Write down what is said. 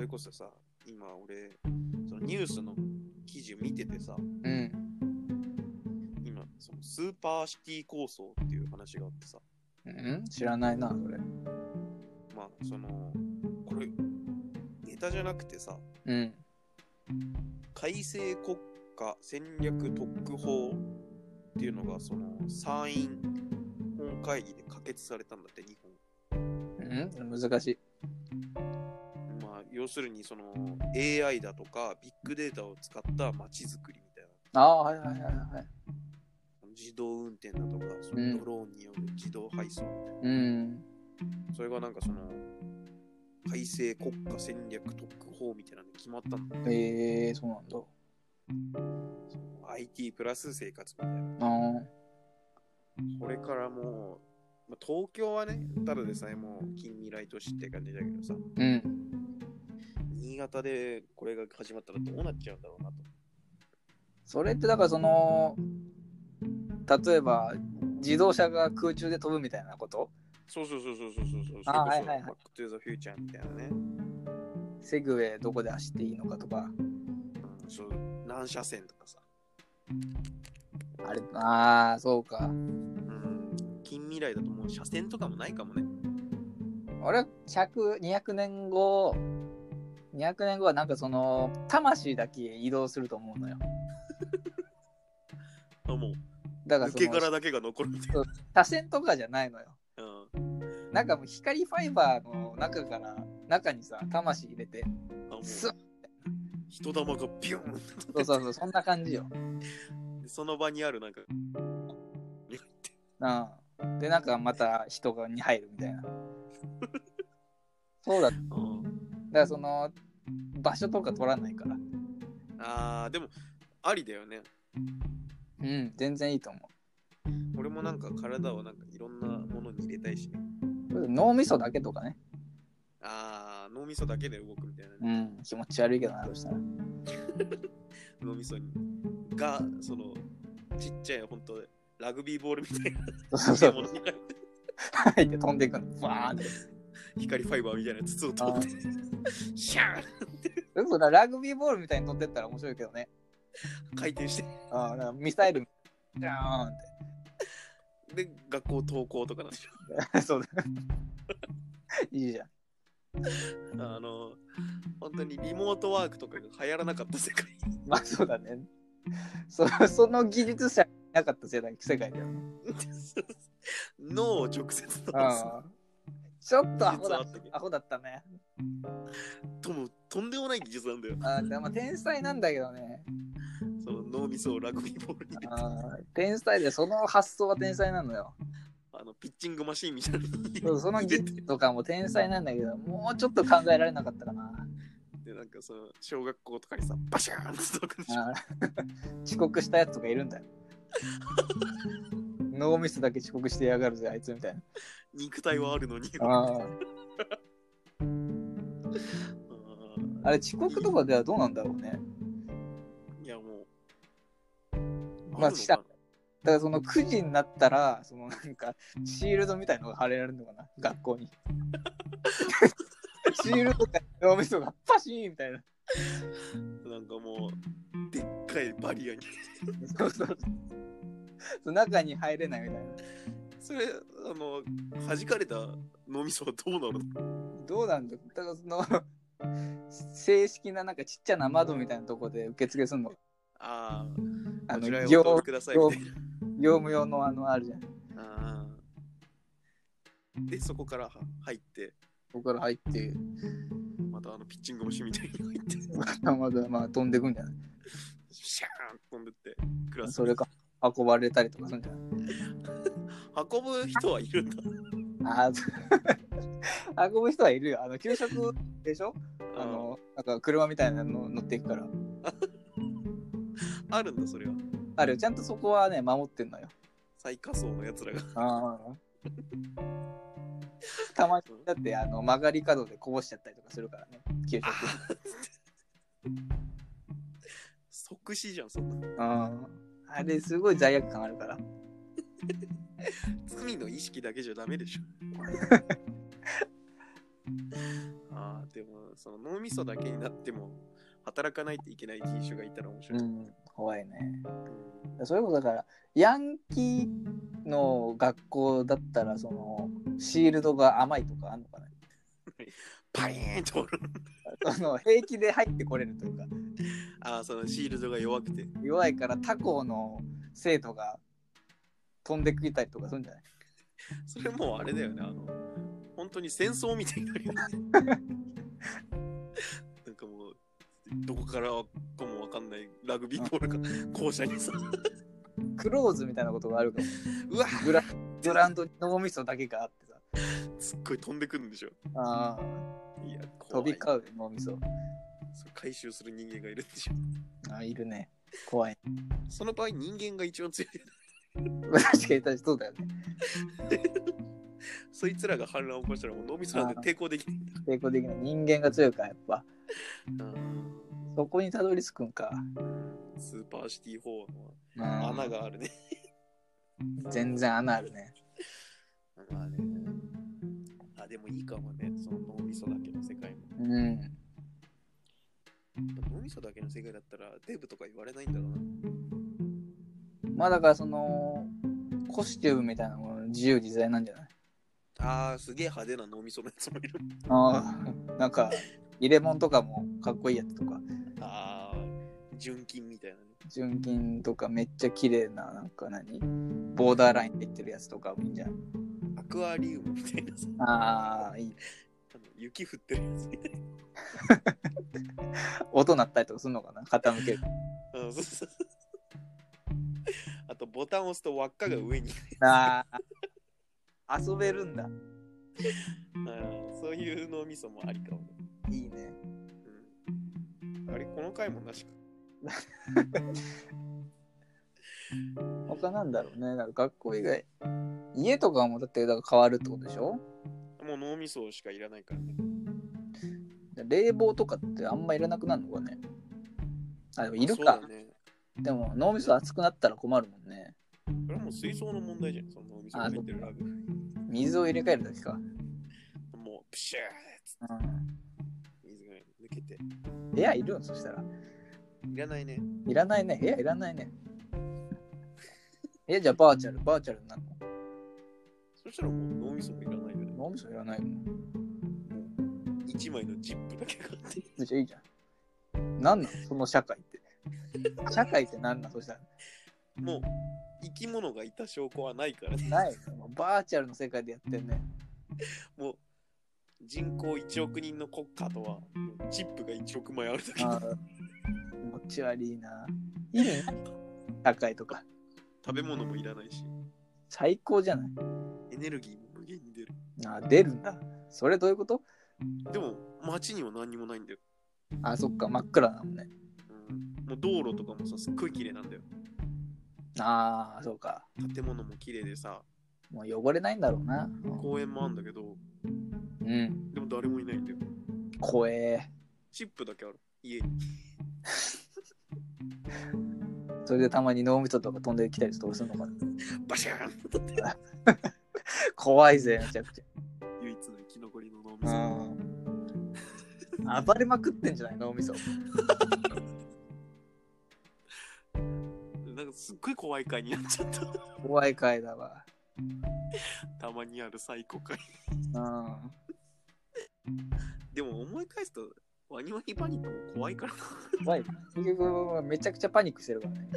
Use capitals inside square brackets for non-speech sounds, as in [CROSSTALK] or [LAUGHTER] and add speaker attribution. Speaker 1: れこそさ、今俺、そのニュースの記事を見ててさ、
Speaker 2: うん。
Speaker 1: 今、そのスーパーシティ構想っていう話があってさ、
Speaker 2: うん知らないな、それ。
Speaker 1: まあ、その、これ、ネタじゃなくてさ、
Speaker 2: うん。
Speaker 1: 改正国家戦略特区法っていうのが、その、参院本会議で可決されたんだって、日本。
Speaker 2: うん難しい。
Speaker 1: まあ、要するに、その、AI だとか、ビッグデータを使った街づくりみたいな。
Speaker 2: ああ、はいはいはいはい。
Speaker 1: 自動運転だとか、そのドローンによる自動配送みたいな。
Speaker 2: うん。
Speaker 1: それがなんかその、改正国家戦略特区法みたいなので決まったんだって。
Speaker 2: ええー、そうなんだ。
Speaker 1: その IT プラス生活みたいな。
Speaker 2: あ
Speaker 1: これからもう、まあ、東京はね、ただでさえもう近未来都市って感じだけどさ、
Speaker 2: あ。うん。
Speaker 1: 新潟でこれが始まったらどうなっちゃうんだろうなと。
Speaker 2: それってだからその、例えば自動車が空中で飛ぶみたいなこと
Speaker 1: そうそうそうそうそうそうそう。
Speaker 2: あ
Speaker 1: それこそ
Speaker 2: はいはいはい
Speaker 1: バックトゥーザフューチャーみたいなね。
Speaker 2: セグウェイどこで走っていいのかとか。
Speaker 1: うん、そう、何車線とかさ。
Speaker 2: あれ、ああ、そうか。
Speaker 1: うん、近未来だともう車線とかもないかもね。
Speaker 2: 俺は100、200年後、200年後はなんかその、魂だけ移動すると思うのよ。
Speaker 1: あもう
Speaker 2: だから
Speaker 1: 抜
Speaker 2: そ
Speaker 1: け殻
Speaker 2: の、
Speaker 1: だけが残るみたい
Speaker 2: そう車線とかじゃないのよ。
Speaker 1: な。うん
Speaker 2: なんかもう光ファイバーの中から、中にさ、魂入れて、
Speaker 1: あもう
Speaker 2: スッ
Speaker 1: 人玉がビューン
Speaker 2: そうそうそう、そんな感じよ。
Speaker 1: でその場にあるなんか、
Speaker 2: うん。で、なんかまた人がに入るみたい [LAUGHS] な。そうだ。だか
Speaker 1: うん、
Speaker 2: らその、場所とか取らないから。
Speaker 1: あーでもありだよね
Speaker 2: うん、全然いいと思
Speaker 1: 俺もなんか体をなんかいろんなものに入れたいしね
Speaker 2: う。脳みそだけとかね。
Speaker 1: あー脳みそだけで動くみたいなね、
Speaker 2: うん、気持ち悪いけどな、そしたら。
Speaker 1: 脳みそにがそのちっちゃい本当ラグビーボールみたいな
Speaker 2: そうそうそ
Speaker 1: も
Speaker 2: う。
Speaker 1: のに入って
Speaker 2: 入って [LAUGHS] 飛んでいくの。バーンって。
Speaker 1: 光ファイバーみたいな筒を取ってシャーン
Speaker 2: それこそラグビーボールみたいに飛んでったら面白いけどね。
Speaker 1: 回転して
Speaker 2: ああ、ミサイル、ジャーンっ
Speaker 1: で学校登校とかなんでしょ
Speaker 2: て。 [LAUGHS] そうだ。いいじゃん。
Speaker 1: あの本当にリモートワークとかが流行らなかった世界
Speaker 2: [LAUGHS] まあそうだね。そその技術者がいなかった世代世界だよね。
Speaker 1: 脳を直接飛ばす
Speaker 2: ああちょっとアホだ
Speaker 1: 技術はあったけど
Speaker 2: アホだったね。
Speaker 1: ともとんでもない技術なんだよ
Speaker 2: ああでも天才なんだけどね。
Speaker 1: その脳みそをラグビーボールに入れて
Speaker 2: ああ天才でその発想は天才なのよ。
Speaker 1: あのピッチングマシーンみたいなのに
Speaker 2: そうその技
Speaker 1: 入れて
Speaker 2: 術とかも天才なんだけど、もうちょっと考えられなかったかな。
Speaker 1: でなんかその小学校とかにさバシャーンって届くんでしょ
Speaker 2: ああ [LAUGHS] 遅刻したやつとかい
Speaker 1: [LAUGHS]
Speaker 2: るんだよ。ノーミスだけ遅刻してやがるぜ、あいつみたいな。
Speaker 1: 肉体はあるのに
Speaker 2: ああ
Speaker 1: うん
Speaker 2: あれ遅刻とかではどうなんだろうね。
Speaker 1: いやもう
Speaker 2: まあ
Speaker 1: るのかな
Speaker 2: しただからその9時になったら、そのなんかシールドみたいのが貼れられるのかな、学校
Speaker 1: [LAUGHS]
Speaker 2: に。シールドとか脳みそがパシーンみたいな。
Speaker 1: なんかもうでっかいバリアに
Speaker 2: そうそうそう。中に入れないみたいな。
Speaker 1: それあの弾かれた脳みそはどうなるの
Speaker 2: どうなんだろうだからその正式ななんかちっちゃな窓みたいなとこで受付するの。
Speaker 1: ああ
Speaker 2: あ
Speaker 1: こ
Speaker 2: の
Speaker 1: ちらへお
Speaker 2: 業
Speaker 1: 通りくださいみたいな
Speaker 2: 業務用のあのあるじゃん。こ
Speaker 1: あーで、そこからは入って、
Speaker 2: こから入って、
Speaker 1: またあのピッチングもしみたいに入って、
Speaker 2: まだまだまあ飛んでくんじゃない
Speaker 1: シャーン飛んでって、クラス
Speaker 2: それか運ばれたりとかするんじゃない
Speaker 1: 運ぶ人はいるんだ。
Speaker 2: あ [LAUGHS] そう運ぶ人はいるよ。あの給食でしょあの、なんか車みたいなの乗っていくから。
Speaker 1: あーあるんだ、それは。
Speaker 2: あれ、ちゃんとそこはね、守ってんのよ。
Speaker 1: 最下層のやつらが。
Speaker 2: あたまに、だって、あの、曲がり角でこぼしちゃったりとかするからね、給食。
Speaker 1: あー即死じゃん、そんな。
Speaker 2: うん。あれ、すごい罪悪感あるから。
Speaker 1: 罪の意
Speaker 2: [LAUGHS]
Speaker 1: 識だけじゃダメでしょ。ああ、でも、その脳みそだけになっても働かないといけない人種がいたら面白い。
Speaker 2: うん、怖いね。それこそだから、ヤンキーの学校だったら、その、シールドが甘いとかあんのかな
Speaker 1: パイーンと折る
Speaker 2: [LAUGHS] その、平気で入ってこれるというか、
Speaker 1: ああ、そのシールドが弱くて。
Speaker 2: 弱いから他校の生徒が飛んでくいたりとかするんじゃない
Speaker 1: それもうあれだよね、あの、本当に戦争みたいになるよ
Speaker 2: [LAUGHS]
Speaker 1: ね。なんかもう、どこからかもわかんないラグビーボールが校舎にさ、
Speaker 2: クローズみたいなことがあ
Speaker 1: [LAUGHS]
Speaker 2: るかも。
Speaker 1: うわ
Speaker 2: グラグラウンドに脳みそだけがあってさ。
Speaker 1: すっごい飛んでくるんでしょ。
Speaker 2: ああ、
Speaker 1: いや、
Speaker 2: 飛
Speaker 1: 怖
Speaker 2: び
Speaker 1: い。
Speaker 2: 交う脳みそ。
Speaker 1: そう回収する人間がいるんでしょ。
Speaker 2: あいるね。怖い。
Speaker 1: その場合、人間が一番強い。
Speaker 2: 確かに確かにそうだよね。
Speaker 1: そいつらが反乱を起こしたらもう脳みそなんて抵抗できないんだ。
Speaker 2: 抵抗できない。人間が強いから、やっぱ。
Speaker 1: うん
Speaker 2: そこにたどり着くんか。
Speaker 1: スーパーシティ4の
Speaker 2: うん
Speaker 1: 穴があるね。
Speaker 2: 全然穴あるね。
Speaker 1: まあね。あ、でもいいかもね。その脳みそだけの世界も。
Speaker 2: うん。
Speaker 1: 脳みそだけの世界だったらデブとか言われないんだろうな。
Speaker 2: まあだからそのコスチュームみたいなもの自由自在なんじゃない
Speaker 1: あー、すげえ派手な脳みそのやつもいる。
Speaker 2: ああなんか入れ物とかもかっこいいやつとか
Speaker 1: あー、純金みたいなね。
Speaker 2: 純金とかめっちゃ綺麗ななんか何ボーダーラインでいってるやつとかもいいんじゃない
Speaker 1: アクアリウムみたいなさ。
Speaker 2: ああいい
Speaker 1: あの雪降ってるやつみたいな。
Speaker 2: 音鳴ったりとかするのかな傾ける
Speaker 1: うんそうそうそうあとボタンを押すと輪っかが上に。
Speaker 2: ああ遊べるんだ
Speaker 1: うんそういう脳みそもありかもね。
Speaker 2: いいね
Speaker 1: うんあれこの回もなしか。
Speaker 2: 他なんだろうねなんか学校以外家とかもだってだから変わるってことでしょ
Speaker 1: もう脳みそしかいらないからね。
Speaker 2: 冷房とかってあんまいらなくなるのかねあでもいる
Speaker 1: あ
Speaker 2: か
Speaker 1: そうだね。
Speaker 2: でも脳みそ熱くなったら困るもんね。
Speaker 1: これはもう水槽の問題じゃん。その脳みそが入ってるラグ。
Speaker 2: 水を入れ替えるだけか。
Speaker 1: もうプシューッつって
Speaker 2: うん、
Speaker 1: 水が抜けて。
Speaker 2: 部屋いるんそしたら。
Speaker 1: いらないね。
Speaker 2: いらないね。部屋いらないね。部屋じゃバーチャル、バーチャルになる
Speaker 1: そしたらもう脳みそもいらないよね。
Speaker 2: の脳みそいらないの
Speaker 1: 一枚のジップだけがあって。
Speaker 2: じゃいいじゃん。なんなんその社会って。社会ってなんなんそしたら。
Speaker 1: もう生き物がいた証拠はないからね。
Speaker 2: ない。バーチャルの世界でやってんね。
Speaker 1: もう人口1億人の国家とはチップが1億枚あるだけ
Speaker 2: あー気持ち悪いな。意味ない社会とか。
Speaker 1: 食べ物もいらないし、
Speaker 2: 最高じゃない。
Speaker 1: エネルギーも無限に出る。
Speaker 2: あー出るんだ。それどういうこと
Speaker 1: でも街には何にもないんだよ。
Speaker 2: あ、そっか。真っ暗なのね。
Speaker 1: うん、もう道路とかもさ、すっごい綺麗なんだよ。
Speaker 2: ああ、そうか。
Speaker 1: 建物も綺麗でさ、
Speaker 2: もう汚れないんだろうな。
Speaker 1: 公園もあるんだけど、
Speaker 2: うん。
Speaker 1: でも誰もいないんだよ。
Speaker 2: 怖え。
Speaker 1: チップだけある。家に。
Speaker 2: それでたまに脳みそとか飛んできたりとかするのかな。
Speaker 1: バシャーンって立って
Speaker 2: 怖いぜ、めちゃくち
Speaker 1: 唯一の生き残りの脳みそ。
Speaker 2: ゃ。うん。暴れまくってんじゃない脳みそ。
Speaker 1: なんかすっごい怖い回になっちゃった。
Speaker 2: 怖い回だわ。
Speaker 1: たまにある最高回。
Speaker 2: うん。
Speaker 1: でも思い返すと、ワニワニパニックも怖いからな。
Speaker 2: 怖い。結局、めちゃくちゃパニックしてるからね。